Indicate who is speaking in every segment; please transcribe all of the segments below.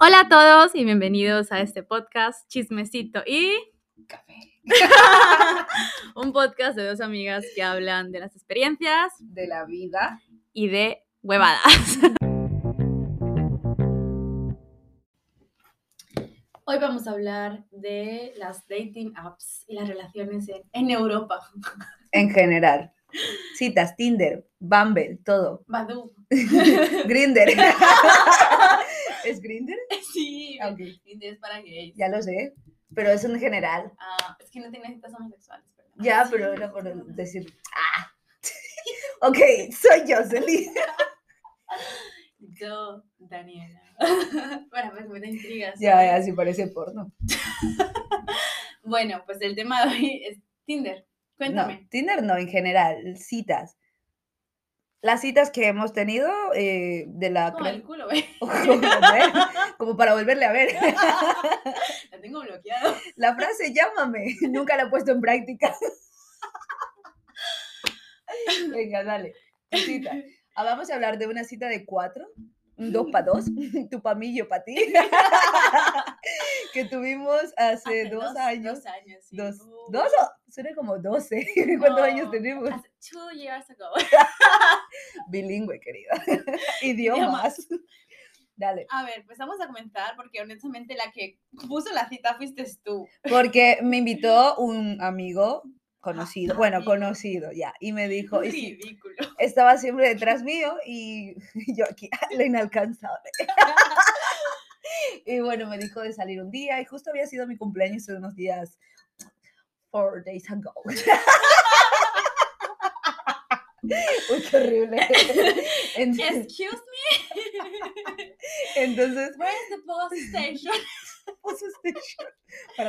Speaker 1: Hola a todos y bienvenidos a este podcast Chismecito y
Speaker 2: Café.
Speaker 1: un podcast de dos amigas que hablan de las experiencias
Speaker 2: De la vida.
Speaker 1: y de huevadas. Hoy vamos a hablar de las dating apps y las relaciones en, en Europa.
Speaker 2: En general. Citas, Tinder, Bumble, todo.
Speaker 1: Badu.
Speaker 2: Grinder. ¿Es Grinder?
Speaker 1: Sí,
Speaker 2: Ok,
Speaker 1: Tinder es para gays.
Speaker 2: Ya lo sé. Pero es en general.
Speaker 1: Ah, es que no tiene citas homosexuales. ¿verdad?
Speaker 2: Ya,
Speaker 1: Sí.
Speaker 2: pero era por decir. ¡Ah! ok, soy yo, Celine.
Speaker 1: Yo, Daniela. bueno, pues me da intriga.
Speaker 2: Ya,
Speaker 1: ¿sabes?
Speaker 2: ya, sí parece porno.
Speaker 1: Bueno, pues el tema de hoy es Tinder. Cuéntame.
Speaker 2: No, Tinder no, en general, citas. Las citas que hemos tenido eh, de la...
Speaker 1: Como el
Speaker 2: pre-
Speaker 1: culo, güey.
Speaker 2: Como ver, como para volverle a ver.
Speaker 1: La tengo bloqueado.
Speaker 2: La frase llámame, nunca la he puesto en práctica. Venga, dale. tu Cita. Ah, vamos a hablar de una cita de cuatro, un dos para dos, tú para mí, yo para ti, que tuvimos hace, dos, años.
Speaker 1: Dos años, sí.
Speaker 2: Dos,
Speaker 1: Uh,
Speaker 2: dos, o- suena como doce. ¿Cuántos años
Speaker 1: no,
Speaker 2: tenemos?
Speaker 1: hace Two years ago.
Speaker 2: Bilingüe, querida. Idiomas. Dale.
Speaker 1: A ver, pues vamos a comentar porque honestamente la que puso la cita fuiste tú.
Speaker 2: Porque me invitó un amigo conocido, bueno,
Speaker 1: amigo.
Speaker 2: conocido ya, y me dijo, y sí,
Speaker 1: Ridículo.
Speaker 2: estaba siempre detrás mío y yo aquí, la inalcanzable. y bueno, me dijo de salir un día y justo había sido mi cumpleaños hace unos días, four days ago. Uy, qué horrible. En-
Speaker 1: Excuse me,
Speaker 2: Entonces,
Speaker 1: where is the bus station?
Speaker 2: puso este short para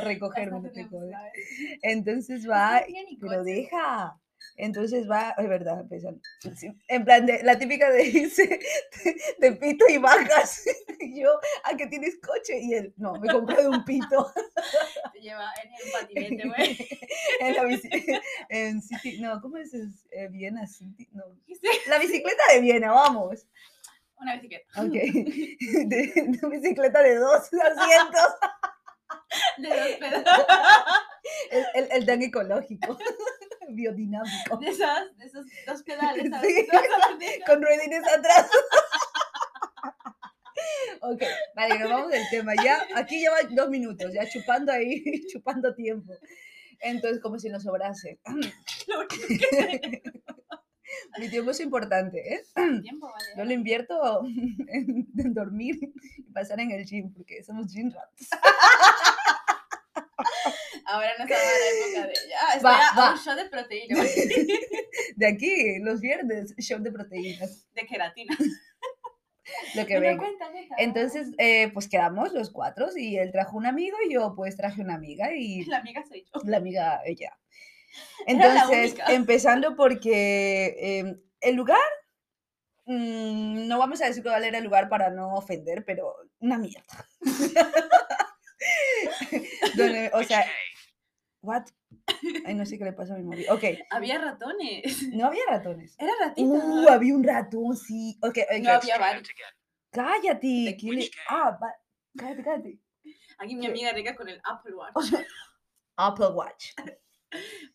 Speaker 1: Hasta
Speaker 2: recogerme. no te
Speaker 1: tenemos,
Speaker 2: jodas.
Speaker 1: ¿sabes?
Speaker 2: Entonces
Speaker 1: No
Speaker 2: va
Speaker 1: tenía ni
Speaker 2: Pero
Speaker 1: coche.
Speaker 2: deja. Entonces va, es verdad, pues, empiezan. sí, En plan, de, la típica de dice, te, te pito y bajas. Y yo, ¿a qué tienes coche? Y él, no, me he comprado un pito
Speaker 1: Te lleva en el patinete, güey.
Speaker 2: en la bici. En City, no, ¿cómo es? Es, eh, Viena City, no.
Speaker 1: Sí,
Speaker 2: La bicicleta de Viena, vamos.
Speaker 1: Una bicicleta.
Speaker 2: Ok. De, una bicicleta de dos asientos.
Speaker 1: De dos pedazos.
Speaker 2: El, el, el tan ecológico, biodinámico.
Speaker 1: De esas, de esos dos pedales, ¿sabes?
Speaker 2: Sí. con ruedines atrás. ok, vale, nos vamos del tema. Ya, aquí lleva dos minutos, ya chupando ahí, chupando tiempo. Entonces, como si nos sobrase.
Speaker 1: Lo único
Speaker 2: Mi tiempo es importante, ¿eh?
Speaker 1: que tiempo, vale.
Speaker 2: Yo lo invierto en, en dormir y pasar en el gym, porque somos gym rats.
Speaker 1: Ahora no se va la época de ella. Ah, Estoy
Speaker 2: Va,
Speaker 1: a- a
Speaker 2: va.
Speaker 1: un show de proteína, güey,
Speaker 2: De aquí, los viernes, show de proteínas,
Speaker 1: de queratina.
Speaker 2: lo que
Speaker 1: Me lo
Speaker 2: venga.
Speaker 1: cuentan, neta.
Speaker 2: Entonces, eh, pues quedamos los cuatro y él trajo un amigo y yo pues traje una amiga y
Speaker 1: La amiga soy yo.
Speaker 2: la amiga ella.
Speaker 1: Era la
Speaker 2: Entonces,
Speaker 1: única.
Speaker 2: empezando porque eh, el lugar, mm, no vamos a decir cuál era el lugar para no ofender, pero una mierda. Donde, o sea, what? Ay, no sé qué le pasa a mi móvil. Ok,
Speaker 1: Había ratones.
Speaker 2: no había ratones.
Speaker 1: Era ratito.
Speaker 2: Uh, había un ratón, sí. Ok, ok.
Speaker 1: No había varios.
Speaker 2: Cállate.
Speaker 3: Like,
Speaker 2: ¿quién
Speaker 3: which
Speaker 2: le-
Speaker 3: guy?
Speaker 2: Ah, va- cállate, cállate.
Speaker 1: Aquí mi amiga rica con el Apple Watch.
Speaker 2: Apple Watch.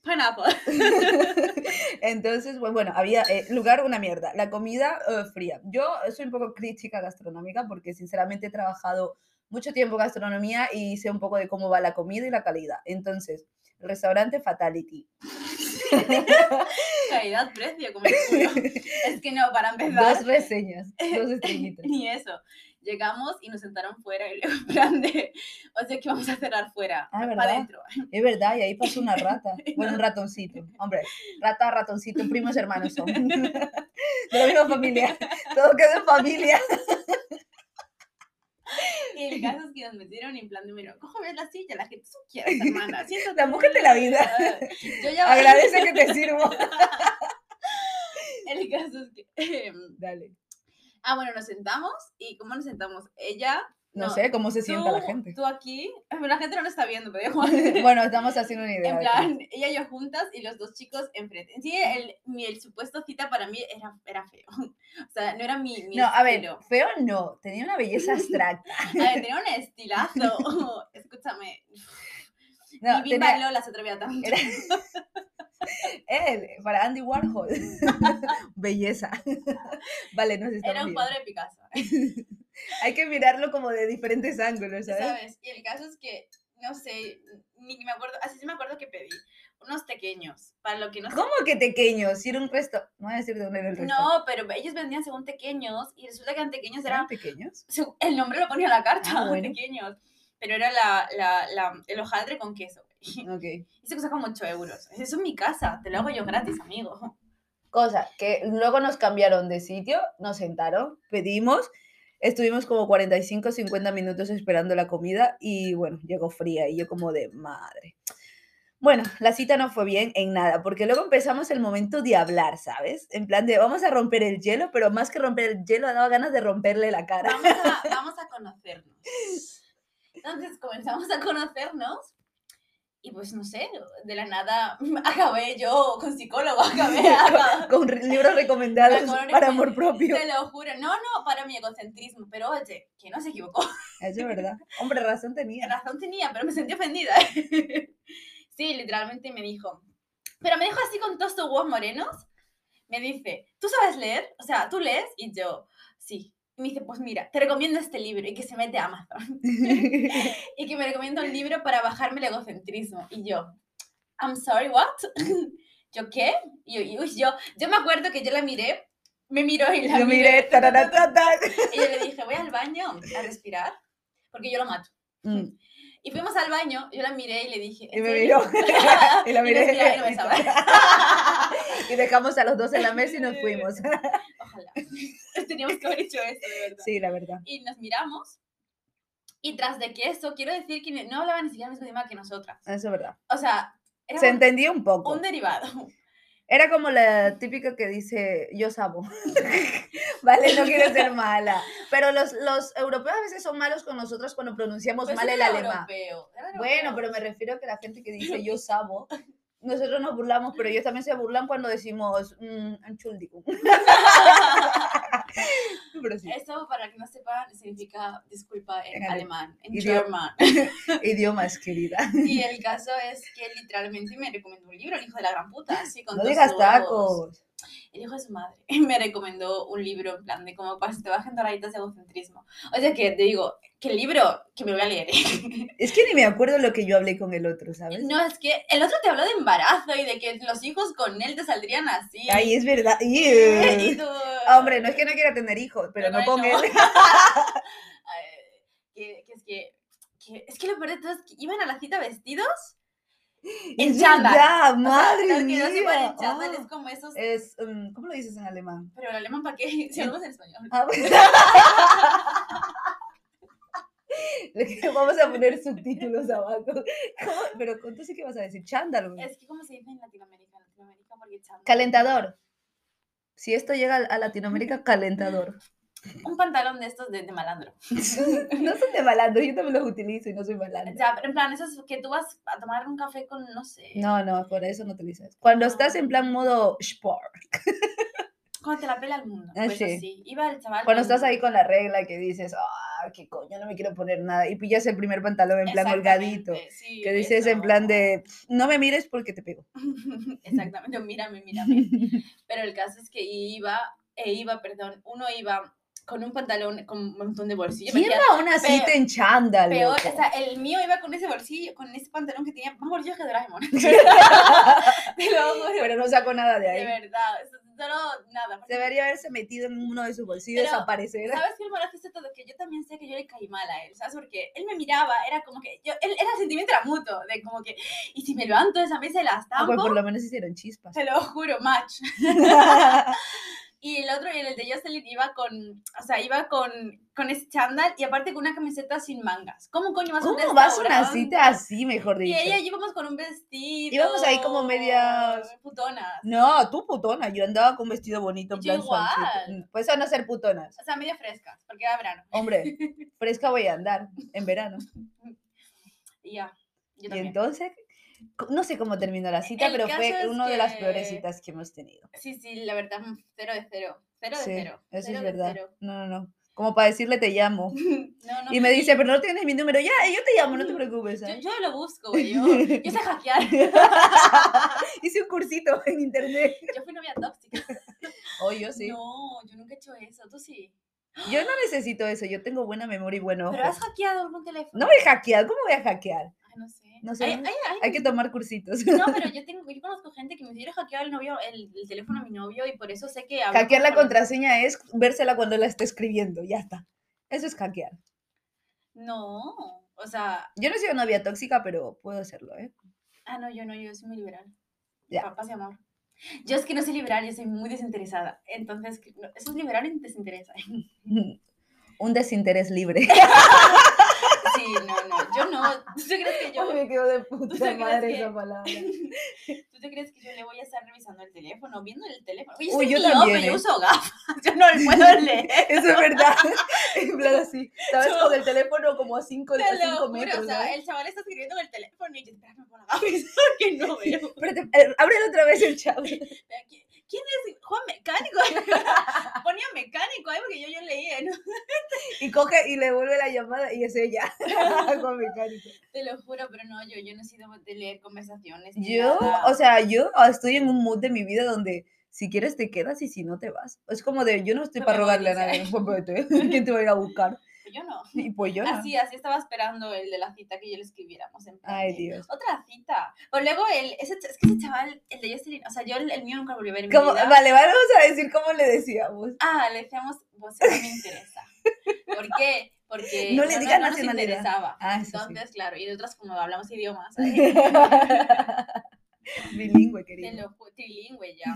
Speaker 1: Pineapple.
Speaker 2: Entonces, bu- bueno, había eh, lugar una mierda, la comida eh, fría. Yo soy un poco crítica gastronómica porque sinceramente he trabajado mucho tiempo en gastronomía y sé un poco de cómo va la comida y la calidad. Entonces, el restaurante Fatality.
Speaker 1: Calidad, precio, como el culo. Es que no, para empezar.
Speaker 2: dos reseñas, dos estrellitas.
Speaker 1: Ni eso. Llegamos y nos sentaron fuera y luego en plan de, o sea, que vamos a cerrar fuera,
Speaker 2: Ah,
Speaker 1: para
Speaker 2: ¿verdad?
Speaker 1: adentro.
Speaker 2: Es verdad, y ahí pasó una rata. Bueno, un ratoncito. Hombre, rata, ratoncito, primos hermanos son. De la misma familia. Todo queda en familia.
Speaker 1: Y el caso es que nos metieron y en plan de, bueno, cojo bien la silla, la que tú quieras, hermana. Siéntate.
Speaker 2: La mujer de la vida.
Speaker 1: Yo ya
Speaker 2: Agradece que te sirvo.
Speaker 1: El caso es que. em,
Speaker 2: Dale.
Speaker 1: ah, bueno, nos sentamos y ¿cómo nos sentamos? Ella
Speaker 2: No,
Speaker 1: No,
Speaker 2: sé cómo se sienta la
Speaker 1: Tú-
Speaker 2: gente.
Speaker 1: Tú aquí, bueno, la gente no lo está viendo, pero yo
Speaker 2: bueno, estamos haciendo una idea.
Speaker 1: En
Speaker 2: de
Speaker 1: plan, ella y yo juntas y los dos chicos enfrente. En Sí, el, mi, el supuesto cita para mí era, era feo. O sea, no era mi, mi
Speaker 2: No, a ver,
Speaker 1: estilo.
Speaker 2: feo no, tenía una belleza abstracta.
Speaker 1: A ver, tenía un estilazo. Escúchame.
Speaker 2: No,
Speaker 1: y Bimba
Speaker 2: tenía-
Speaker 1: Lola se atrevía tanto.
Speaker 2: era- Él, eh, para Andy Warhol. belleza. vale, nos estamos
Speaker 1: Era un
Speaker 2: viendo.
Speaker 1: cuadro de Picasso.
Speaker 2: Hay que mirarlo como de diferentes ángulos, ¿sabes?
Speaker 1: ¿Sabes? Y el caso es que, no sé, ni me acuerdo, así sí me acuerdo que pedí unos pequeños, para lo que no sé.
Speaker 2: ¿Cómo que pequeños? Si era un resto. No voy a decir de dónde era el resto.
Speaker 1: No, pero ellos vendían según pequeños y resulta que eran pequeños, eran
Speaker 2: ¿Eran pequeños?
Speaker 1: Su- El nombre lo ponía en la carta,
Speaker 2: Ah, bueno.
Speaker 1: pequeños. Pero era la, la- la- el hojaldre con queso. güey.
Speaker 2: Ok.
Speaker 1: Y se cuesta como 8 euros. Eso en mi casa, te lo hago yo gratis, amigo.
Speaker 2: Cosa que luego nos cambiaron de sitio, nos sentaron, pedimos, estuvimos como 45, 50 minutos esperando la comida y bueno, llegó fría y yo como de madre. Bueno, la cita no fue bien en nada, porque luego empezamos el momento de hablar, ¿sabes? En plan de vamos a romper el hielo, pero más que romper el hielo, daba ganas de romperle la cara.
Speaker 1: Vamos a, vamos a conocernos. Entonces comenzamos a conocernos. Y pues no sé, de la nada acabé yo con psicólogo, acabé. acabé-
Speaker 2: Con re- libros recomendados
Speaker 1: acabé-
Speaker 2: para amor propio.
Speaker 1: Te lo juro. No, no, para mi egocentrismo. Pero oye, que no se equivocó.
Speaker 2: Eso es verdad. Hombre, razón tenía.
Speaker 1: razón tenía, pero me sentí ofendida. sí, literalmente me dijo. Pero me dijo así con todos tus huevos morenos. Me dice, ¿tú sabes leer? O sea, ¿tú lees? Y yo, sí. Y me dice, pues mira, te recomiendo este libro y que se mete a Amazon. y que me recomienda un libro para bajarme el egocentrismo. Y yo, I'm sorry, what? ¿Yo qué? Y yo, y uy, yo, yo me acuerdo que yo la miré, me miró y la
Speaker 2: Yo miré, tarara, ta, ta.
Speaker 1: Y yo le dije, voy al baño a respirar, porque yo lo mato.
Speaker 2: Mm,
Speaker 1: Y fuimos al baño, yo la miré y le dije.
Speaker 2: Y
Speaker 1: "¿En
Speaker 2: me
Speaker 1: serio?".
Speaker 2: miró. y la
Speaker 1: Y
Speaker 2: miré.
Speaker 1: respiraba y no
Speaker 2: listo.
Speaker 1: besaba.
Speaker 2: y dejamos a los dos en la mesa y nos fuimos.
Speaker 1: Ojalá. Teníamos que haber hecho eso, de verdad.
Speaker 2: sí, la verdad.
Speaker 1: Y nos miramos. Y tras de que eso, quiero decir que no hablaban ni siquiera el mismo idioma que nosotras.
Speaker 2: Eso es verdad.
Speaker 1: O sea, era
Speaker 2: Se
Speaker 1: un-
Speaker 2: entendía un
Speaker 1: un,
Speaker 2: poco.
Speaker 1: derivado.
Speaker 2: Era como la típica que dice, yo sabo. vale, no quiero ser mala. Pero los, los europeos a veces son malos con nosotros cuando pronunciamos
Speaker 1: Pero
Speaker 2: mal
Speaker 1: eso
Speaker 2: el
Speaker 1: Pues era
Speaker 2: Pues alemán.
Speaker 1: europeo, era
Speaker 2: Bueno,
Speaker 1: europeo.
Speaker 2: pero me refiero a que la gente que dice yo sabo, nosotros nos burlamos, pero ellos también se burlan cuando decimos mm, Entschuldigung. pero sí,
Speaker 1: Eso, para que no sepan, significa disculpa en,
Speaker 2: En ale-
Speaker 1: alemán, en
Speaker 2: idioma.
Speaker 1: german.
Speaker 2: idiomas, querida.
Speaker 1: Y el caso es que literalmente me recomendó un libro, el hijo de la gran puta, así con
Speaker 2: No
Speaker 1: dos
Speaker 2: digas
Speaker 1: huevos.
Speaker 2: tacos.
Speaker 1: el hijo de su madre me recomendó un libro en plan de cómo pas- te bajen doraditas de egocentrismo. O sea que te digo, que el libro que me lo voy a leer.
Speaker 2: Es que ni me acuerdo lo que yo hablé con el otro, ¿sabes?
Speaker 1: No, es que el otro te habló de embarazo y de que los hijos con él te saldrían así.
Speaker 2: Ay, es verdad.
Speaker 1: Y
Speaker 2: Ew.
Speaker 1: tú-
Speaker 2: Hombre, no es que no quiera tener hijos, pero no
Speaker 1: Pero
Speaker 2: con
Speaker 1: bueno.
Speaker 2: él.
Speaker 1: Eh, que, que es que, que- Es que lo peor de todo es que iban a la cita vestidos. En
Speaker 2: Es
Speaker 1: chándal.
Speaker 2: verdad,
Speaker 1: O sea,
Speaker 2: madre
Speaker 1: los que no se ponen
Speaker 2: mía.
Speaker 1: chándal, es
Speaker 2: Ah,
Speaker 1: como esos...
Speaker 2: es, mm, ¿Cómo lo dices en alemán?
Speaker 1: Pero el alemán, ¿para qué? Si hablamos en español.
Speaker 2: Ah, bueno. Le- Vamos a poner subtítulos abajo. ¿Cómo? Pero ¿con- entonces, ¿qué vas a decir? Chándal. güey.
Speaker 1: Es que, ¿cómo se dice en Latinoamérica? En Latinoamérica, porque chándal-
Speaker 2: Calentador. Si esto llega a- a Latinoamérica, calentador.
Speaker 1: Un pantalón de estos de- de malandro.
Speaker 2: No son de malandro, yo también los utilizo y no soy malandro.
Speaker 1: O sea, pero en plan, eso es que tú vas a tomar un café con, no sé,
Speaker 2: No, no, por eso no utilizas. Cuando estás en plan modo sport,
Speaker 1: cuando te la pela el mundo.
Speaker 2: Ah,
Speaker 1: pues
Speaker 2: sí.
Speaker 1: así. Iba el chaval.
Speaker 2: cuando
Speaker 1: con-
Speaker 2: estás ahí con la regla que dices, ah, qué coño, no me quiero poner nada, y pillas el primer pantalón en plan holgadito,
Speaker 1: Exactamente, sí,
Speaker 2: que dices en
Speaker 1: eso.
Speaker 2: plan de, "Pff, no me mires porque te pego.
Speaker 1: Exactamente, mírame, mírame. Pero el caso es que iba, e iba, perdón, uno iba con un pantalón con un montón de bolsillos.
Speaker 2: ¿Quién
Speaker 1: imagínate,
Speaker 2: va a una cita en chándal?
Speaker 1: Peor,
Speaker 2: loco?
Speaker 1: o sea, el mío iba con ese bolsillo, con ese pantalón que tenía más bolsillos que Doraemon. Te lo juro,
Speaker 2: Pero no sacó nada de
Speaker 1: de
Speaker 2: ahí.
Speaker 1: verdad, eso- solo nada. porque-
Speaker 2: Debería haberse metido en uno de sus bolsillos,
Speaker 1: Pero,
Speaker 2: desaparecer.
Speaker 1: ¿Sabes qué? Lo malo que es todo que yo también sé que yo le caí mal a él, ¿sabes? Porque él me miraba, era como que, yo, él, era el sentimiento era mutuo, de como que, y si me levanto de esa mesa y la
Speaker 2: Ah, pues
Speaker 1: estampo,
Speaker 2: por lo menos hicieron chispas.
Speaker 1: te lo juro, match. Y el otro, y el de Jocelyn, iba con, o sea, iba con, con ese chándal y aparte con una camiseta sin mangas. ¿Cómo coño vas a un
Speaker 2: ¿Cómo vas a una
Speaker 1: restaurante?
Speaker 2: cita así, mejor
Speaker 1: Y
Speaker 2: dicho?
Speaker 1: ella íbamos con un vestido.
Speaker 2: Íbamos ahí como medias-
Speaker 1: Putonas.
Speaker 2: No, tú putona, yo andaba con vestido bonito, en
Speaker 1: Yo
Speaker 2: plan
Speaker 1: igual.
Speaker 2: suavecito. Pues a no ser putonas.
Speaker 1: O sea, medio frescas, porque era verano.
Speaker 2: Hombre, fresca voy a andar en verano.
Speaker 1: Y ya. Yo
Speaker 2: Y
Speaker 1: también.
Speaker 2: entonces, co- no sé cómo terminó la cita,
Speaker 1: El
Speaker 2: pero
Speaker 1: caso
Speaker 2: fue
Speaker 1: es
Speaker 2: una de las
Speaker 1: que-
Speaker 2: peores citas que hemos tenido.
Speaker 1: Sí, sí, la verdad, mm, cero de cero. Cero de
Speaker 2: Sí,
Speaker 1: cero.
Speaker 2: eso
Speaker 1: cero
Speaker 2: es
Speaker 1: de
Speaker 2: verdad.
Speaker 1: cero.
Speaker 2: No, no, no. Como para decirle te llamo.
Speaker 1: No, no. Mm,
Speaker 2: Y me dice, pero no tienes mi número. Ya, yo te llamo, no te preocupes. ¿eh?".
Speaker 1: Yo,
Speaker 2: ¿sabes?
Speaker 1: yo lo busco, güey. Yo, yo sé hackear.
Speaker 2: Hice un cursito en internet.
Speaker 1: Yo fui novia tóxica.
Speaker 2: Oh, yo sí.
Speaker 1: No, yo nunca he hecho eso. Tú sí.
Speaker 2: Yo no necesito eso. Yo tengo buena memoria y buen ojo.
Speaker 1: Pero has hackeado algún teléfono.
Speaker 2: pues. No voy a hackear. ¿Cómo voy a hackear?
Speaker 1: Ay, no sé.
Speaker 2: No sé,
Speaker 1: Ay,
Speaker 2: ¿no?
Speaker 1: ay, ay,
Speaker 2: Hay que tomar cursitos.
Speaker 1: No, pero yo, tengo, yo conozco gente que me quiere hackear el, novio, el, el teléfono a mi novio y por eso sé que... hablo
Speaker 2: Hackear
Speaker 1: con-
Speaker 2: la contraseña es vérsela cuando la esté escribiendo. Ya está. Eso es hackear.
Speaker 1: No, o sea...
Speaker 2: Yo no he sido novia tóxica, pero puedo hacerlo, ¿eh?
Speaker 1: Ah, no, yo no, yo soy muy liberal.
Speaker 2: Ya.
Speaker 1: Pa- Paz y amor. Yo es que no soy liberal, yo soy muy desinteresada. Entonces, que- no, eso es liberal y desinteresa.
Speaker 2: Un desinterés libre.
Speaker 1: Sí, no, no, yo no. ¿Tú te crees que yo,
Speaker 2: me quedo de
Speaker 1: ¿Tú te
Speaker 2: puta
Speaker 1: crees madre que- esa
Speaker 2: palabra.
Speaker 1: ¿tú te crees que yo le voy a estar revisando el teléfono, viendo el teléfono? Oye,
Speaker 2: Uy,
Speaker 1: soy
Speaker 2: yo
Speaker 1: miope,
Speaker 2: también,
Speaker 1: yo
Speaker 2: ¿eh?
Speaker 1: uso gafas, yo no le puedo leer.
Speaker 2: Eso es verdad. En plan así. Sabes,
Speaker 1: Yo-
Speaker 2: con el teléfono como a 5
Speaker 1: Te lo juro,
Speaker 2: metros. ¿eh?
Speaker 1: o sea,
Speaker 2: ¿sabes?
Speaker 1: el chaval está escribiendo con el teléfono y yo, espérame, por la gafas, porque no veo.
Speaker 2: Espérate, eh, ábrelo otra vez el chat.
Speaker 1: Vea, ¿qui- ¿Quién es Juan Mecánico? Ponía mecánico ahí porque yo, yo leía, ¿no?
Speaker 2: Y coge y le vuelve la llamada y es ella. con mecánico.
Speaker 1: Te lo juro, pero no, yo, yo no he sido de leer conversaciones. ni
Speaker 2: Yo,
Speaker 1: nada.
Speaker 2: o sea, yo estoy en un mood de mi vida donde si quieres te quedas y si no te vas. Es como de, yo no estoy
Speaker 1: No
Speaker 2: para
Speaker 1: me ¿eh? voy,
Speaker 2: rogarle a
Speaker 1: dice.
Speaker 2: nadie. pues vete, ¿Quién te va a ir a buscar?
Speaker 1: yo no.
Speaker 2: Y pues yo no.
Speaker 1: Así, así estaba esperando el de la cita que yo le escribiéramos. En plan
Speaker 2: Ay,
Speaker 1: de,
Speaker 2: Dios.
Speaker 1: Otra cita. Pero luego, el, ese, ch- es que ese chaval, el de Jocelyn, o sea, yo el, el mío nunca lo volví a ver en mi
Speaker 2: Como-
Speaker 1: vida.
Speaker 2: vale, vamos a decir cómo le decíamos.
Speaker 1: Ah, le decíamos, vos no me interesa. ¿Por qué? Porque
Speaker 2: No le digas
Speaker 1: nos
Speaker 2: nacionalidad.
Speaker 1: interesaba.
Speaker 2: Ah, eso sí.
Speaker 1: Entonces, claro, y nosotros como hablamos idiomas, ahí,
Speaker 2: Bilingüe,
Speaker 1: te
Speaker 2: querido.
Speaker 1: lo ju- trilingüe ya.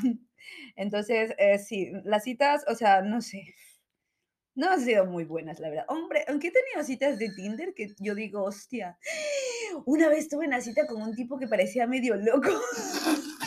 Speaker 2: Entonces, eh, sí, las citas, o sea, no sé. No han sido muy buenas, la verdad. Hombre, aunque he tenido citas de Tinder que yo digo, hostia, una vez tuve una cita con un tipo que parecía medio loco.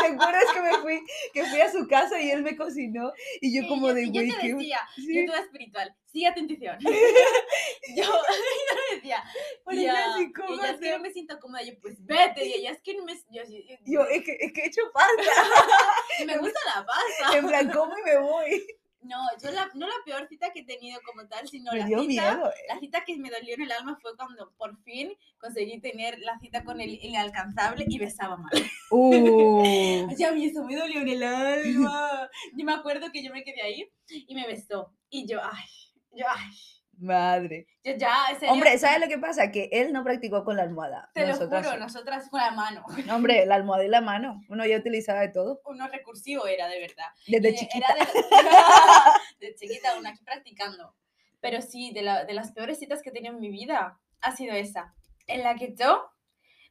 Speaker 2: ¿Te acuerdas que me fui, que fui a su casa y él me cocinó? Y yo
Speaker 1: Y
Speaker 2: como de,
Speaker 1: y yo
Speaker 2: güey,
Speaker 1: te
Speaker 2: qué-
Speaker 1: decía,
Speaker 2: sí,
Speaker 1: yo todo espiritual, sigue a tu intuición. yo, yo le decía,
Speaker 2: Por
Speaker 1: "Ya,
Speaker 2: una
Speaker 1: y ella
Speaker 2: psicópata".
Speaker 1: es que no me siento cómoda, yo pues vete, y ella es que no me... Yo, yo-
Speaker 2: yo, eh, es que, es que he hecho pasta,
Speaker 1: y me gusta la pasta.
Speaker 2: en plan, ¿cómo y me voy?
Speaker 1: No, yo la, no la peor cita que he tenido como tal, sino
Speaker 2: Me
Speaker 1: la
Speaker 2: dio
Speaker 1: cita...
Speaker 2: miedo. eh.
Speaker 1: La cita que me dolió en el alma fue cuando por fin conseguí tener la cita con el inalcanzable y besaba mal.
Speaker 2: Uh.
Speaker 1: O sea, a mí eso me dolió en el alma. Yo me acuerdo que yo me quedé ahí y me besó. Y yo, ay, yo, ay,
Speaker 2: Madre.
Speaker 1: yo ya, en serio,
Speaker 2: Hombre, ¿sabes lo que pasa? Que él no practicó con la almohada.
Speaker 1: Te lo
Speaker 2: Nosotras sí.
Speaker 1: juro, nosotras con la mano.
Speaker 2: No, hombre, la almohada y la mano. Uno ya utilizaba de todo.
Speaker 1: Uno recursivo era, de verdad.
Speaker 2: Desde
Speaker 1: Eh,
Speaker 2: chiquita.
Speaker 1: era de, de chiquita, aún aquí practicando. Pero sí, de, la- de las peores citas que he tenido en mi vida ha sido esa. En la que yo,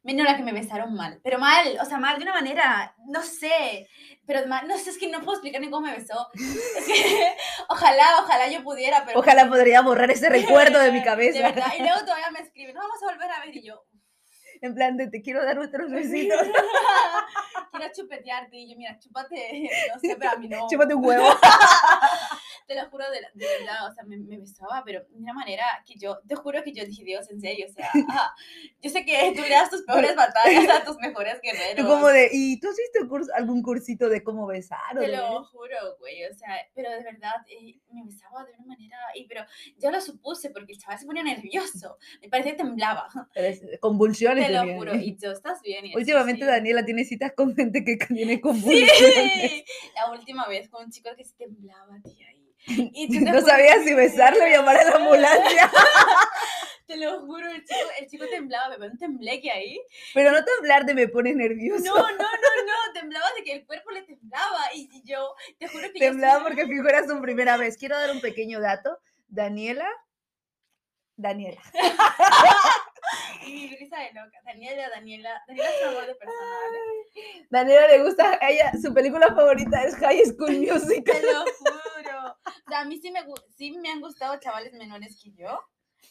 Speaker 1: menos la que me besaron mal. Pero mal, o sea, mal de una manera, no sé. Pero mal, no sé, es que no puedo explicar ni cómo me besó. Es que, ojalá, ojalá yo pudiera, pero.
Speaker 2: Ojalá podría borrar ese recuerdo de mi
Speaker 1: De
Speaker 2: cabeza.
Speaker 1: verdad. Y luego todavía me escriben, "No, vamos a volver a ver. Y yo,
Speaker 2: En plan de te quiero dar otros besitos.
Speaker 1: quiero chupetearte. Y yo, mira, chúpate. No sé, pero a mí no.
Speaker 2: Chúpate un huevo.
Speaker 1: Te lo juro, de, la- de verdad, o sea, me, me besaba, pero de una manera que yo, te juro que yo dije, Dios, en serio, o sea, ah, yo sé que tú le das tus peores batallas a tus mejores guerreros.
Speaker 2: Tú como de, ¿y tú has visto curs- algún cursito de cómo besar? o
Speaker 1: Te
Speaker 2: de-
Speaker 1: lo juro, güey, o sea, pero de verdad, eh, me besaba de una manera, y pero yo lo supuse porque el chaval se ponía nervioso, me parecía que temblaba,
Speaker 2: Pero es- Convulsiones.
Speaker 1: te lo
Speaker 2: tenía,
Speaker 1: juro,
Speaker 2: ¿eh?
Speaker 1: y yo, ¿estás bien? Y él, "Sí,
Speaker 2: Últimamente
Speaker 1: sí".
Speaker 2: Daniela tiene citas con gente que tiene convulsiones.
Speaker 1: Sí, la última vez con un chico que se temblaba, tía, y, y yo te
Speaker 2: No
Speaker 1: juro
Speaker 2: sabía
Speaker 1: que-
Speaker 2: si besarlo o llamar a la ambulancia.
Speaker 1: Te lo juro, el chico, el chico temblaba, me pegó un tembleque ahí,
Speaker 2: Pero no te hablar de me pone nervioso.
Speaker 1: No, no, no, no, temblaba de que el cuerpo le temblaba y y yo, te juro que yo
Speaker 2: Temblaba
Speaker 1: estuve-
Speaker 2: porque fijo era su primera vez. Quiero dar un pequeño dato. Daniela. Daniela.
Speaker 1: Sí, risa de loca. Daniela, Daniela. Daniela es un amor de persona. ¿vale?
Speaker 2: Daniela le gusta, a ella, su película favorita es High School Musical.
Speaker 1: Te lo juro. O sea, a mí sí me, gu- sí me han gustado chavales menores que yo.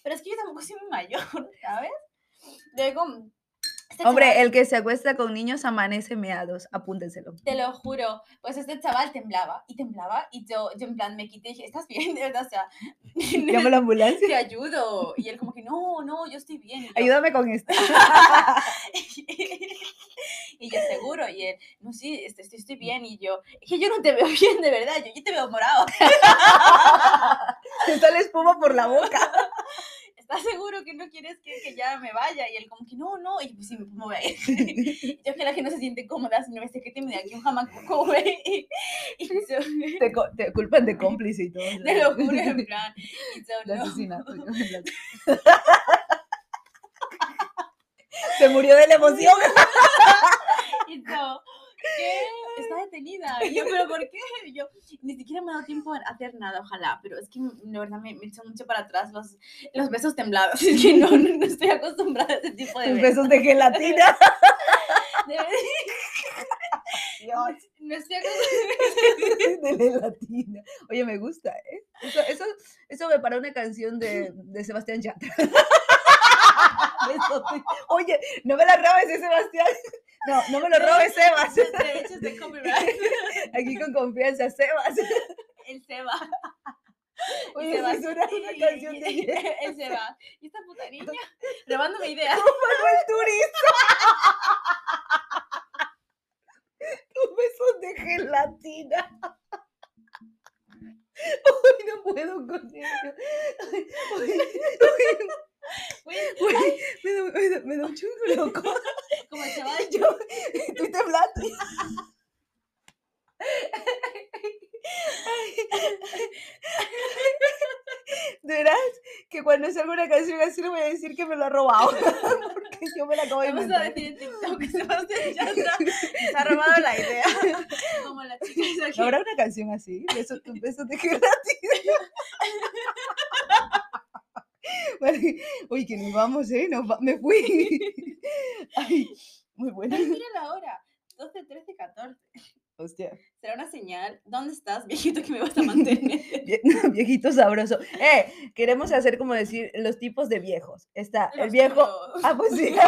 Speaker 1: Pero es que yo tampoco soy muy mayor, ¿sabes? Luego. este
Speaker 2: Hombre, eh el que se acuesta con niños amanece meados, apúntenselo.
Speaker 1: Te lo juro. Pues este chaval temblaba y temblaba y yo, yo en plan me quité y dije, ¿estás bien? De verdad, o sea,
Speaker 2: Llamo a la ambulancia.
Speaker 1: te ayudo. Y él como que, no, no, yo estoy bien. Y yo,
Speaker 2: Ayúdame con esto.
Speaker 1: y yo seguro, y él, no, sí, este, estoy, estoy bien. Y yo, es que yo no te veo bien, de verdad, yo, yo te veo morado.
Speaker 2: Te sale espuma por la boca.
Speaker 1: ¿Estás seguro que no quieres que, que ya me vaya? Y él como que, no, no, y yo, pues sí, me voy a ir. yo que la gente se siente cómoda, si no me sé que te me da aquí un jamacuco, güey. y yo,
Speaker 2: Te, co- te culpan de cómplice y todo.
Speaker 1: te lo juro, en plan, y yo,
Speaker 2: De
Speaker 1: no.
Speaker 2: asesinato. Se murió de la emoción.
Speaker 1: Y yo, ¿qué? Está detenida. Y yo, ¿pero por qué? Y yo, ni siquiera me ha dado tiempo a hacer nada, ojalá. Pero es que, la verdad, me, me echan mucho para atrás los, los besos temblados. Es que no, no, no estoy acostumbrada a ese tipo de
Speaker 2: Tus
Speaker 1: besos.
Speaker 2: besos de gelatina.
Speaker 1: De verdad,
Speaker 2: Dios,
Speaker 1: No estoy acostumbrada.
Speaker 2: de gelatina. Oye, me gusta, ¿eh? Eso, eso, eso me para una canción de, de Sebastián Yatra. Besos de- Oye, no me la robes, eh, Sebastián. No, no me lo robes, Sebas.
Speaker 1: De, de hecho, es de copyright.
Speaker 2: Aquí con confianza, Sebas.
Speaker 1: El Seba.
Speaker 2: Oye, eso es una, una canción de Yatra.
Speaker 1: El Seba. ¿Y esta puta niña? Robándome ideas.
Speaker 2: Manuel Turizo. Tus besos de gelatina. Ay, no puedo con ello. Ay, ay, ay,
Speaker 1: Güey,
Speaker 2: ay, me, da, me, da, me da un chungo loco.
Speaker 1: Como el chaval.
Speaker 2: Yo estoy temblando. Verás que cuando salga una canción así le voy a decir que me lo ha robado. Porque yo me la acabo de
Speaker 1: Vamos a
Speaker 2: inventar.
Speaker 1: decir en TikTok que Sebastián Yatra se ha robado la idea. Como la chica esa que-
Speaker 2: ¿Habrá una canción así? Besos, tus besos de gelatina. Vale. Uy, que nos vamos, ¿eh? Nos va- Me fui. Ay, muy buena.
Speaker 1: Ay, mira la hora. 12, 13, 14.
Speaker 2: Hostia.
Speaker 1: Será una señal. ¿Dónde estás, viejito, que me vas a mantener?
Speaker 2: Vie- viejito sabroso. Eh, queremos hacer como decir los tipos de viejos. Está el
Speaker 1: Los
Speaker 2: viejo.
Speaker 1: tíos.
Speaker 2: Ah, pues sí.
Speaker 1: Yo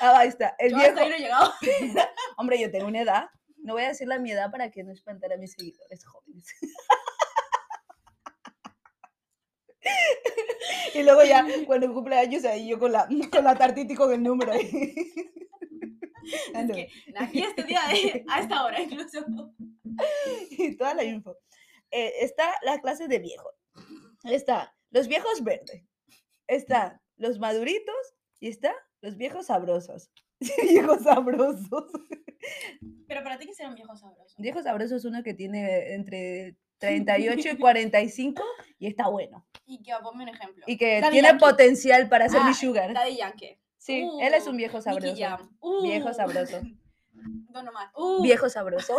Speaker 2: Ah, ahí está. El
Speaker 1: hasta
Speaker 2: viejo.
Speaker 1: ahí no he llegado.
Speaker 2: Hombre, yo tengo una edad. No voy a decir la mi edad para que no espantara a mis seguidores jóvenes. y luego ya, cuando cumple años, ahí yo con la, con la tartita y con el número. ahí. Ah,
Speaker 1: Es
Speaker 2: no.
Speaker 1: que nací este día eh, a esta hora, incluso.
Speaker 2: y toda la info. Eh, está las clases de viejos. Está los viejos verdes. Está los maduritos y está los viejos sabrosos. viejos sabrosos.
Speaker 1: Pero para ti, que será un viejo sabroso?
Speaker 2: Viejo sabroso es uno que tiene entre 38 y 45 y está bueno.
Speaker 1: Y que ponme un ejemplo.
Speaker 2: Y que
Speaker 1: Daddy
Speaker 2: tiene
Speaker 1: Yankee.
Speaker 2: potencial para ser
Speaker 1: Ah,
Speaker 2: mi sugar.
Speaker 1: Daddy Yankee.
Speaker 2: Sí, él es
Speaker 1: uh,
Speaker 2: un viejo
Speaker 1: Nicky
Speaker 2: sabroso.
Speaker 1: Jam. Uh,
Speaker 2: Viejo sabroso.
Speaker 1: Don Omar. Uh,
Speaker 2: Viejo sabroso.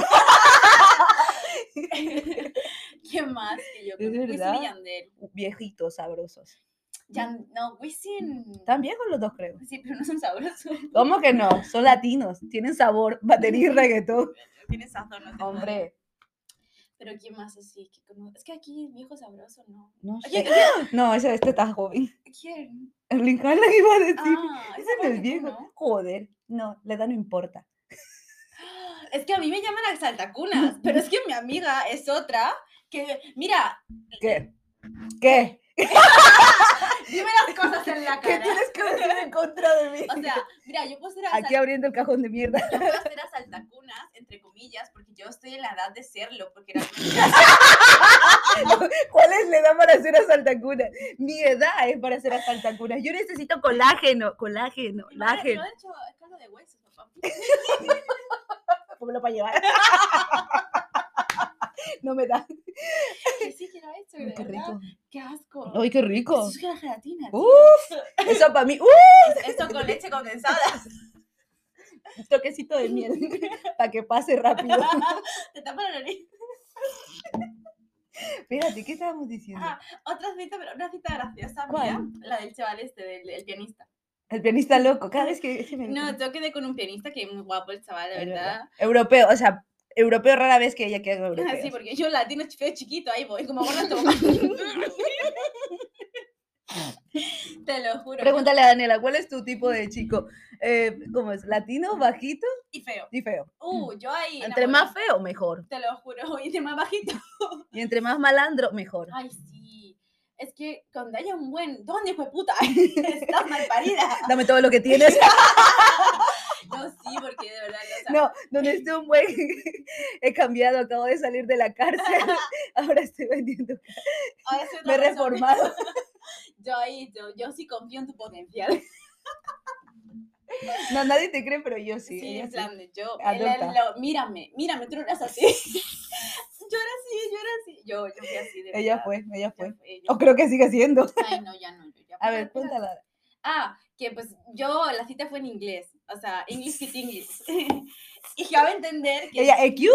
Speaker 1: ¿Quién más que yo?
Speaker 2: De
Speaker 1: conozco? Wisin y
Speaker 2: verdad.
Speaker 1: Yandel.
Speaker 2: Viejitos sabrosos.
Speaker 1: Yan- no, Wisin.
Speaker 2: Están viejos los dos, creo.
Speaker 1: Sí, pero no son sabrosos.
Speaker 2: ¿Cómo que no? Son latinos, tienen sabor, batería y reggaetón.
Speaker 1: Tienes razón, no sé.
Speaker 2: Hombre,
Speaker 1: Pero ¿quién más así? que cono- Es que aquí el viejo sabroso, no.
Speaker 2: no
Speaker 1: Oye,
Speaker 2: sé. No, ese este está joven.
Speaker 1: ¿quién?
Speaker 2: Erling Haaland iba a decir.
Speaker 1: Ah,
Speaker 2: ese
Speaker 1: esa
Speaker 2: no
Speaker 1: parte
Speaker 2: es
Speaker 1: tú,
Speaker 2: viejo.
Speaker 1: ¿no?
Speaker 2: Joder, no, la edad no importa.
Speaker 1: Es que a mí me llaman a saltacunas, pero es que mi amiga es otra que, mira,
Speaker 2: ¿Qué? ¿Qué?
Speaker 1: dime las cosas en la
Speaker 2: ¿Qué
Speaker 1: cara.
Speaker 2: tienes que decir en contra de mí?
Speaker 1: O sea, mira, yo puedo ser a
Speaker 2: Aquí abriendo el cajón de mierda.
Speaker 1: yo puedo ser a saltacunas, entre comillas, porque yo estoy en la edad de serlo, porque era...
Speaker 2: ¿Cuál es la edad para hacer asaltacunas? Mi edad es para hacer asaltacunas. Yo necesito colágeno, colágeno,
Speaker 1: Mi madre
Speaker 2: colágeno.
Speaker 1: me ha hecho caldo de huesos, papá.
Speaker 2: Pómelo para llevar. No me da.
Speaker 1: Que sí que lo ha hecho, de
Speaker 2: Mm, Qué
Speaker 1: verdad.
Speaker 2: rico.
Speaker 1: Qué asco.
Speaker 2: ¡Ay, qué rico!
Speaker 1: Eso es que la gelatina. tío.
Speaker 2: ¡Uf! Eso para mí, ¡uh!
Speaker 1: Eso con leche condensada.
Speaker 2: Toquecito de miel para que pase rápido.
Speaker 1: Te tapa la nariz.
Speaker 2: Espérate, ¿qué estábamos diciendo?
Speaker 1: Ah, otra cita, pero una cita graciosa
Speaker 2: ¿Cuál?
Speaker 1: mía, la del chaval este, del, del pianista.
Speaker 2: El pianista loco, cada vez que...
Speaker 1: No, yo quedé con un pianista que es muy guapo el chaval, de
Speaker 2: Es
Speaker 1: verdad.
Speaker 2: Europeo, o sea, europeo rara vez que ella queda con
Speaker 1: Ah,
Speaker 2: europeos.
Speaker 1: Sí, porque yo latino ch- feo chiquito, ahí voy, como gorda toma. Te lo juro.
Speaker 2: Pregúntale a Daniela, ¿cuál es tu tipo de chico? Eh, ¿Cómo es? ¿Latino, bajito
Speaker 1: Y feo.
Speaker 2: y feo?
Speaker 1: Uh, yo ahí.
Speaker 2: Entre
Speaker 1: enamorada.
Speaker 2: más feo, mejor.
Speaker 1: Te lo juro. Y entre más bajito.
Speaker 2: Y entre más malandro, mejor.
Speaker 1: Ay, sí. Es que cuando haya un buen. ¿Dónde fue puta? Estás mal parida.
Speaker 2: Dame todo lo que tienes.
Speaker 1: No, sí, porque de verdad. o sea,
Speaker 2: No, donde esté un buen... He cambiado, acabo de salir de la cárcel. Ahora estoy vendiendo.
Speaker 1: ahora soy otra
Speaker 2: Me he
Speaker 1: persona.
Speaker 2: reformado.
Speaker 1: Yo ahí, yo, yo sí confío en tu potencial.
Speaker 2: No, nadie te cree, pero yo sí.
Speaker 1: Sí,
Speaker 2: ella
Speaker 1: en
Speaker 2: sí.
Speaker 1: plan de yo. él
Speaker 2: Adopta.
Speaker 1: era lo- mírame, mírame, tú no eras así. yo era así, yo era así. Yo, yo fui así. De
Speaker 2: Ella
Speaker 1: verdad.
Speaker 2: fue, ella
Speaker 1: Yo
Speaker 2: fue.
Speaker 1: fui, yo
Speaker 2: O creo que sigue siendo.
Speaker 1: Ay, no, ya no. yo ya
Speaker 2: A
Speaker 1: puedo
Speaker 2: ver,
Speaker 1: empezar.
Speaker 2: cuéntala.
Speaker 1: Ah, que pues yo, la cita fue en inglés. O sea, English with English. y yo a entender que
Speaker 2: Ella, eh. ¿E EQ
Speaker 1: yo,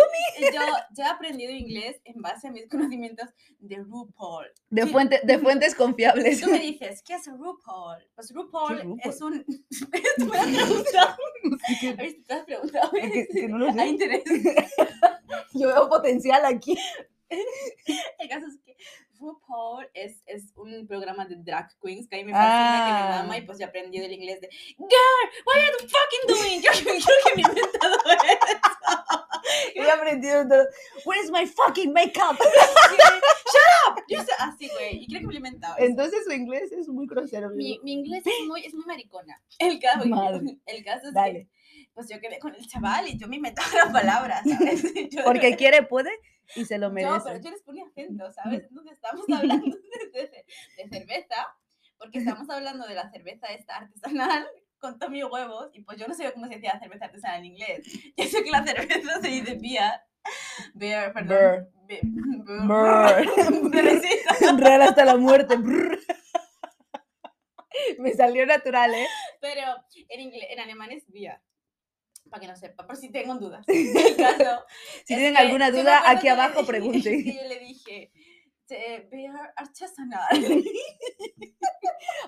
Speaker 1: yo he aprendido inglés en base a mis conocimientos de RuPaul.
Speaker 2: de,
Speaker 1: Sí.
Speaker 2: fuente- de fuentes confiables.
Speaker 1: Tú me dices, ¿qué es RuPaul? Pues RuPaul,
Speaker 2: RuPaul?
Speaker 1: es un... Tú me lo has preguntado. A ver si te lo has preguntado.
Speaker 2: Es que- que no lo sé.
Speaker 1: Hay interés.
Speaker 2: Yo veo potencial aquí.
Speaker 1: El caso es que RuPaul es, es un programa de drag queens que a mí me fascina, que me
Speaker 2: Ah.
Speaker 1: mama y pues he aprendido el inglés de Girl, what are you fucking doing? Yo creo que me he inventado eso.
Speaker 2: He aprendido todo. Where's my fucking makeup?
Speaker 1: Yo sé- así, güey, y creo que me lo he inventado. eso.
Speaker 2: Entonces su inglés es muy grosero.
Speaker 1: Mi, mi inglés es muy, es muy maricona. El caso,
Speaker 2: Madre.
Speaker 1: el caso es
Speaker 2: Dale.
Speaker 1: que pues yo quedé con el chaval y yo me inventaba las palabras, ¿sabes? Yo de
Speaker 2: Porque quiere, puede y se lo
Speaker 1: No, pero
Speaker 2: merece.
Speaker 1: yo les ponía acento, ¿sabes? Entonces estamos hablando de, ce- de cerveza, porque estamos hablando de la cerveza esta artesanal con Tommy Huevos, y pues yo no sé cómo se decía cerveza artesanal en inglés. Yo sé que la cerveza se dice beer, beer, perdón. be- be-
Speaker 2: Brr.
Speaker 1: Cervecita.
Speaker 2: Real hasta la muerte. brr. Me salió natural, ¿eh?
Speaker 1: Pero en, inglés, en alemán es beer. Para que no sepa, por si tengo dudas. El caso
Speaker 2: Si
Speaker 1: es
Speaker 2: tienen
Speaker 1: que
Speaker 2: alguna
Speaker 1: yo me
Speaker 2: duda,
Speaker 1: acuerdo
Speaker 2: aquí
Speaker 1: que le
Speaker 2: abajo
Speaker 1: dije-
Speaker 2: pregunten.
Speaker 1: que Yo le dije, "Eh, beer artesanal.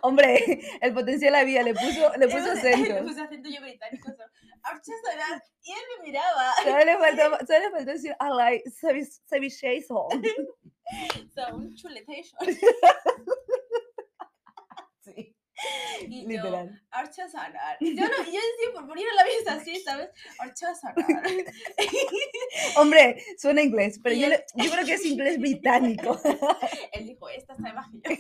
Speaker 2: Hombre, el potencial había, le puso, le puso
Speaker 1: Entonces, Le
Speaker 2: acento.
Speaker 1: puse acento yo británico. so, artesanal. Y él me miraba.
Speaker 2: Solo le faltó, solo le faltó decir, I like Savi- Savi Shayson".
Speaker 1: so, un chuletation.
Speaker 2: Sí,
Speaker 1: Y yo,
Speaker 2: literal.
Speaker 1: artesanal. Y yo, no, y yo decía, por poner la vista así, ¿sabes? Artesanal.
Speaker 2: Hombre, suena inglés, pero
Speaker 1: Y
Speaker 2: yo,
Speaker 1: él-
Speaker 2: le- yo creo que es inglés británico.
Speaker 1: Él dijo, esta está mágica.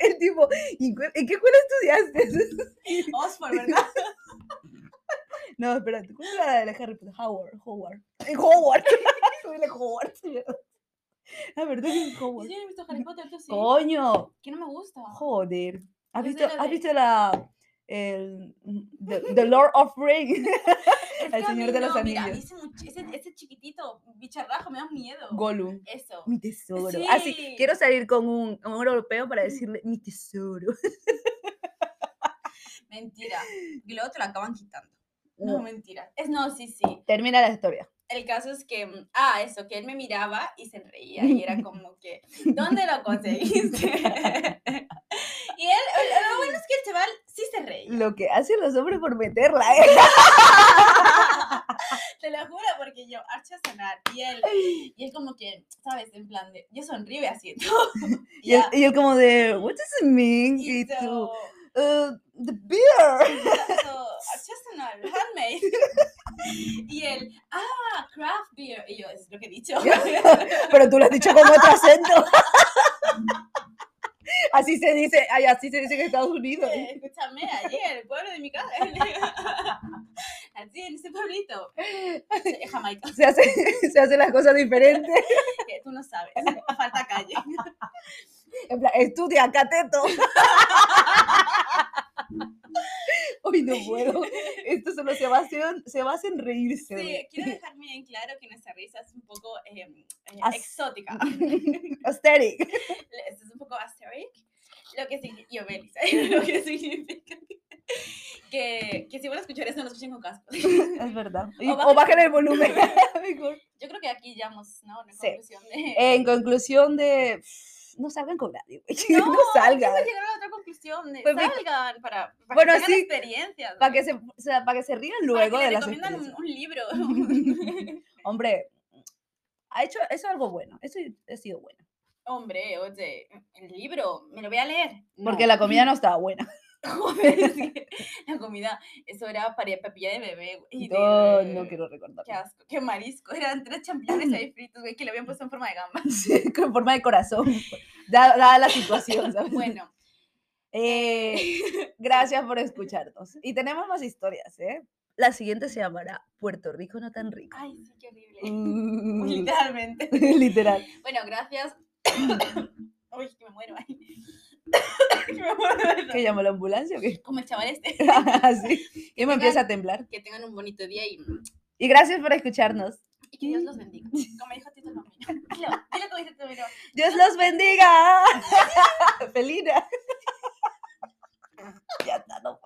Speaker 2: El tipo, "¿Y cu- ¿en qué escuela estudiaste?
Speaker 1: Oxford, ¿verdad?
Speaker 2: No, espera, ¿cuál era la de Harry Potter? Howard, Howard. Eh, Howard. Soy de Howard. La verdad es
Speaker 1: Y
Speaker 2: Howard.
Speaker 1: yo he visto Harry Potter, tú sí. Pues
Speaker 2: Coño,
Speaker 1: Que no me gusta.
Speaker 2: joder. ¿Has
Speaker 1: Yo soy
Speaker 2: visto,
Speaker 1: la
Speaker 2: ¿has
Speaker 1: de-
Speaker 2: visto la... el- the, the Lord of Rings?
Speaker 1: Es
Speaker 2: El
Speaker 1: que a
Speaker 2: Señor
Speaker 1: mí
Speaker 2: de los
Speaker 1: no, mira, a mí
Speaker 2: Anillos.
Speaker 1: ese, much- ese, ese chiquitito, bicharrajo, me da miedo.
Speaker 2: Gollum.
Speaker 1: Eso.
Speaker 2: Mi tesoro. Así,
Speaker 1: Sí.
Speaker 2: quiero salir con un, con un europeo para decirle mi tesoro.
Speaker 1: Mentira. Y luego te lo acaban quitando. No, mentira. Es no, sí, sí.
Speaker 2: Termina la historia.
Speaker 1: El caso es que, mm, ah, eso, que él me miraba y se reía y era como que, ¿dónde lo conseguiste? y él, lo, lo bueno es que el chaval sí se reía,
Speaker 2: Lo que hacen los hombres por meterla, ¿eh?
Speaker 1: te lo juro, porque yo, archa a sonar, y él, y él como que, ¿sabes? En plan de, yo sonríe así, todo.
Speaker 2: Y él, y él como de, what does it mean?
Speaker 1: y
Speaker 2: Y
Speaker 1: yo,
Speaker 2: tú, "Uh, the beer.
Speaker 1: so, artesanal, handmade. y él, ah, craft beer. Y yo, es lo que he dicho.
Speaker 2: Pero tú lo has dicho con otro acento. así se dice, ay, así se dice en Estados Unidos.
Speaker 1: Eh, Escúchame, allí en el pueblo de mi casa. Así, en ese pueblito. Eh, Jamaica,
Speaker 2: Se, hace, se hacen las cosas diferentes.
Speaker 1: que tú no sabes. Falta calle.
Speaker 2: En plan, estudia, cateto. Hoy no puedo. Esto solo se basa en, se basa en reírse.
Speaker 1: Sí,
Speaker 2: güey.
Speaker 1: quiero dejar bien claro que nuestra risa es un poco eh, eh,
Speaker 2: As-
Speaker 1: exótica.
Speaker 2: Aesthetic.
Speaker 1: Es un poco asteric. Lo que significa. Y obelisk, Lo que significa. Que, que si van a escuchar eso, no lo escuchen con casco.
Speaker 2: Es verdad. Y-
Speaker 1: O
Speaker 2: o bájale el volumen. Mejor.
Speaker 1: Yo creo que aquí ya hemos, ¿no? Una
Speaker 2: Sí. Eh,
Speaker 1: conclusión de.
Speaker 2: En conclusión de no salgan con nadie, güey.
Speaker 1: No,
Speaker 2: No,
Speaker 1: hay que
Speaker 2: salgan.
Speaker 1: llegar a otra conclusión. De,
Speaker 2: Pues mi-
Speaker 1: salgan para, para
Speaker 2: Bueno,
Speaker 1: que tengan
Speaker 2: sí,
Speaker 1: experiencias.
Speaker 2: Para
Speaker 1: ¿no?
Speaker 2: que se, o sea, para que se rían
Speaker 1: Para
Speaker 2: luego
Speaker 1: que
Speaker 2: de
Speaker 1: le
Speaker 2: las
Speaker 1: recomiendan un,
Speaker 2: experiencias.
Speaker 1: un libro.
Speaker 2: Hombre, ha hecho eso es algo bueno. Eso ha sido bueno.
Speaker 1: Hombre, oye, el libro, me lo voy a leer.
Speaker 2: Porque
Speaker 1: No.
Speaker 2: la comida no estaba buena.
Speaker 1: Joder, es que la comida, eso era para papilla de bebé, güey. y de-
Speaker 2: No, no quiero recordar.
Speaker 1: Qué asco, qué marisco. Eran tres champiñones ahí fritos, güey, que le habían puesto en forma de gamba.
Speaker 2: Sí, con forma de corazón. Dada, dada la situación, ¿sabes?
Speaker 1: Bueno,
Speaker 2: Eh, gracias por escucharnos. Y tenemos más historias, ¿eh? La siguiente se llamará Puerto Rico no tan rico.
Speaker 1: ay, sí, qué horrible.
Speaker 2: Mm,
Speaker 1: Literalmente.
Speaker 2: Literal.
Speaker 1: Bueno, gracias. Uy, que me muero ay. Que me muero, de
Speaker 2: ¿Qué
Speaker 1: verdad.
Speaker 2: llamo la ambulancia o qué?
Speaker 1: Como el chaval este.
Speaker 2: Así. Y me empieza a temblar.
Speaker 1: Que tengan un bonito día y,
Speaker 2: Y gracias por escucharnos.
Speaker 1: y que Dios los bendiga. Como dijo Tito Bambino. Dilo, dilo como dice Tito Bambino.
Speaker 2: Dios los bendiga. Felina. ya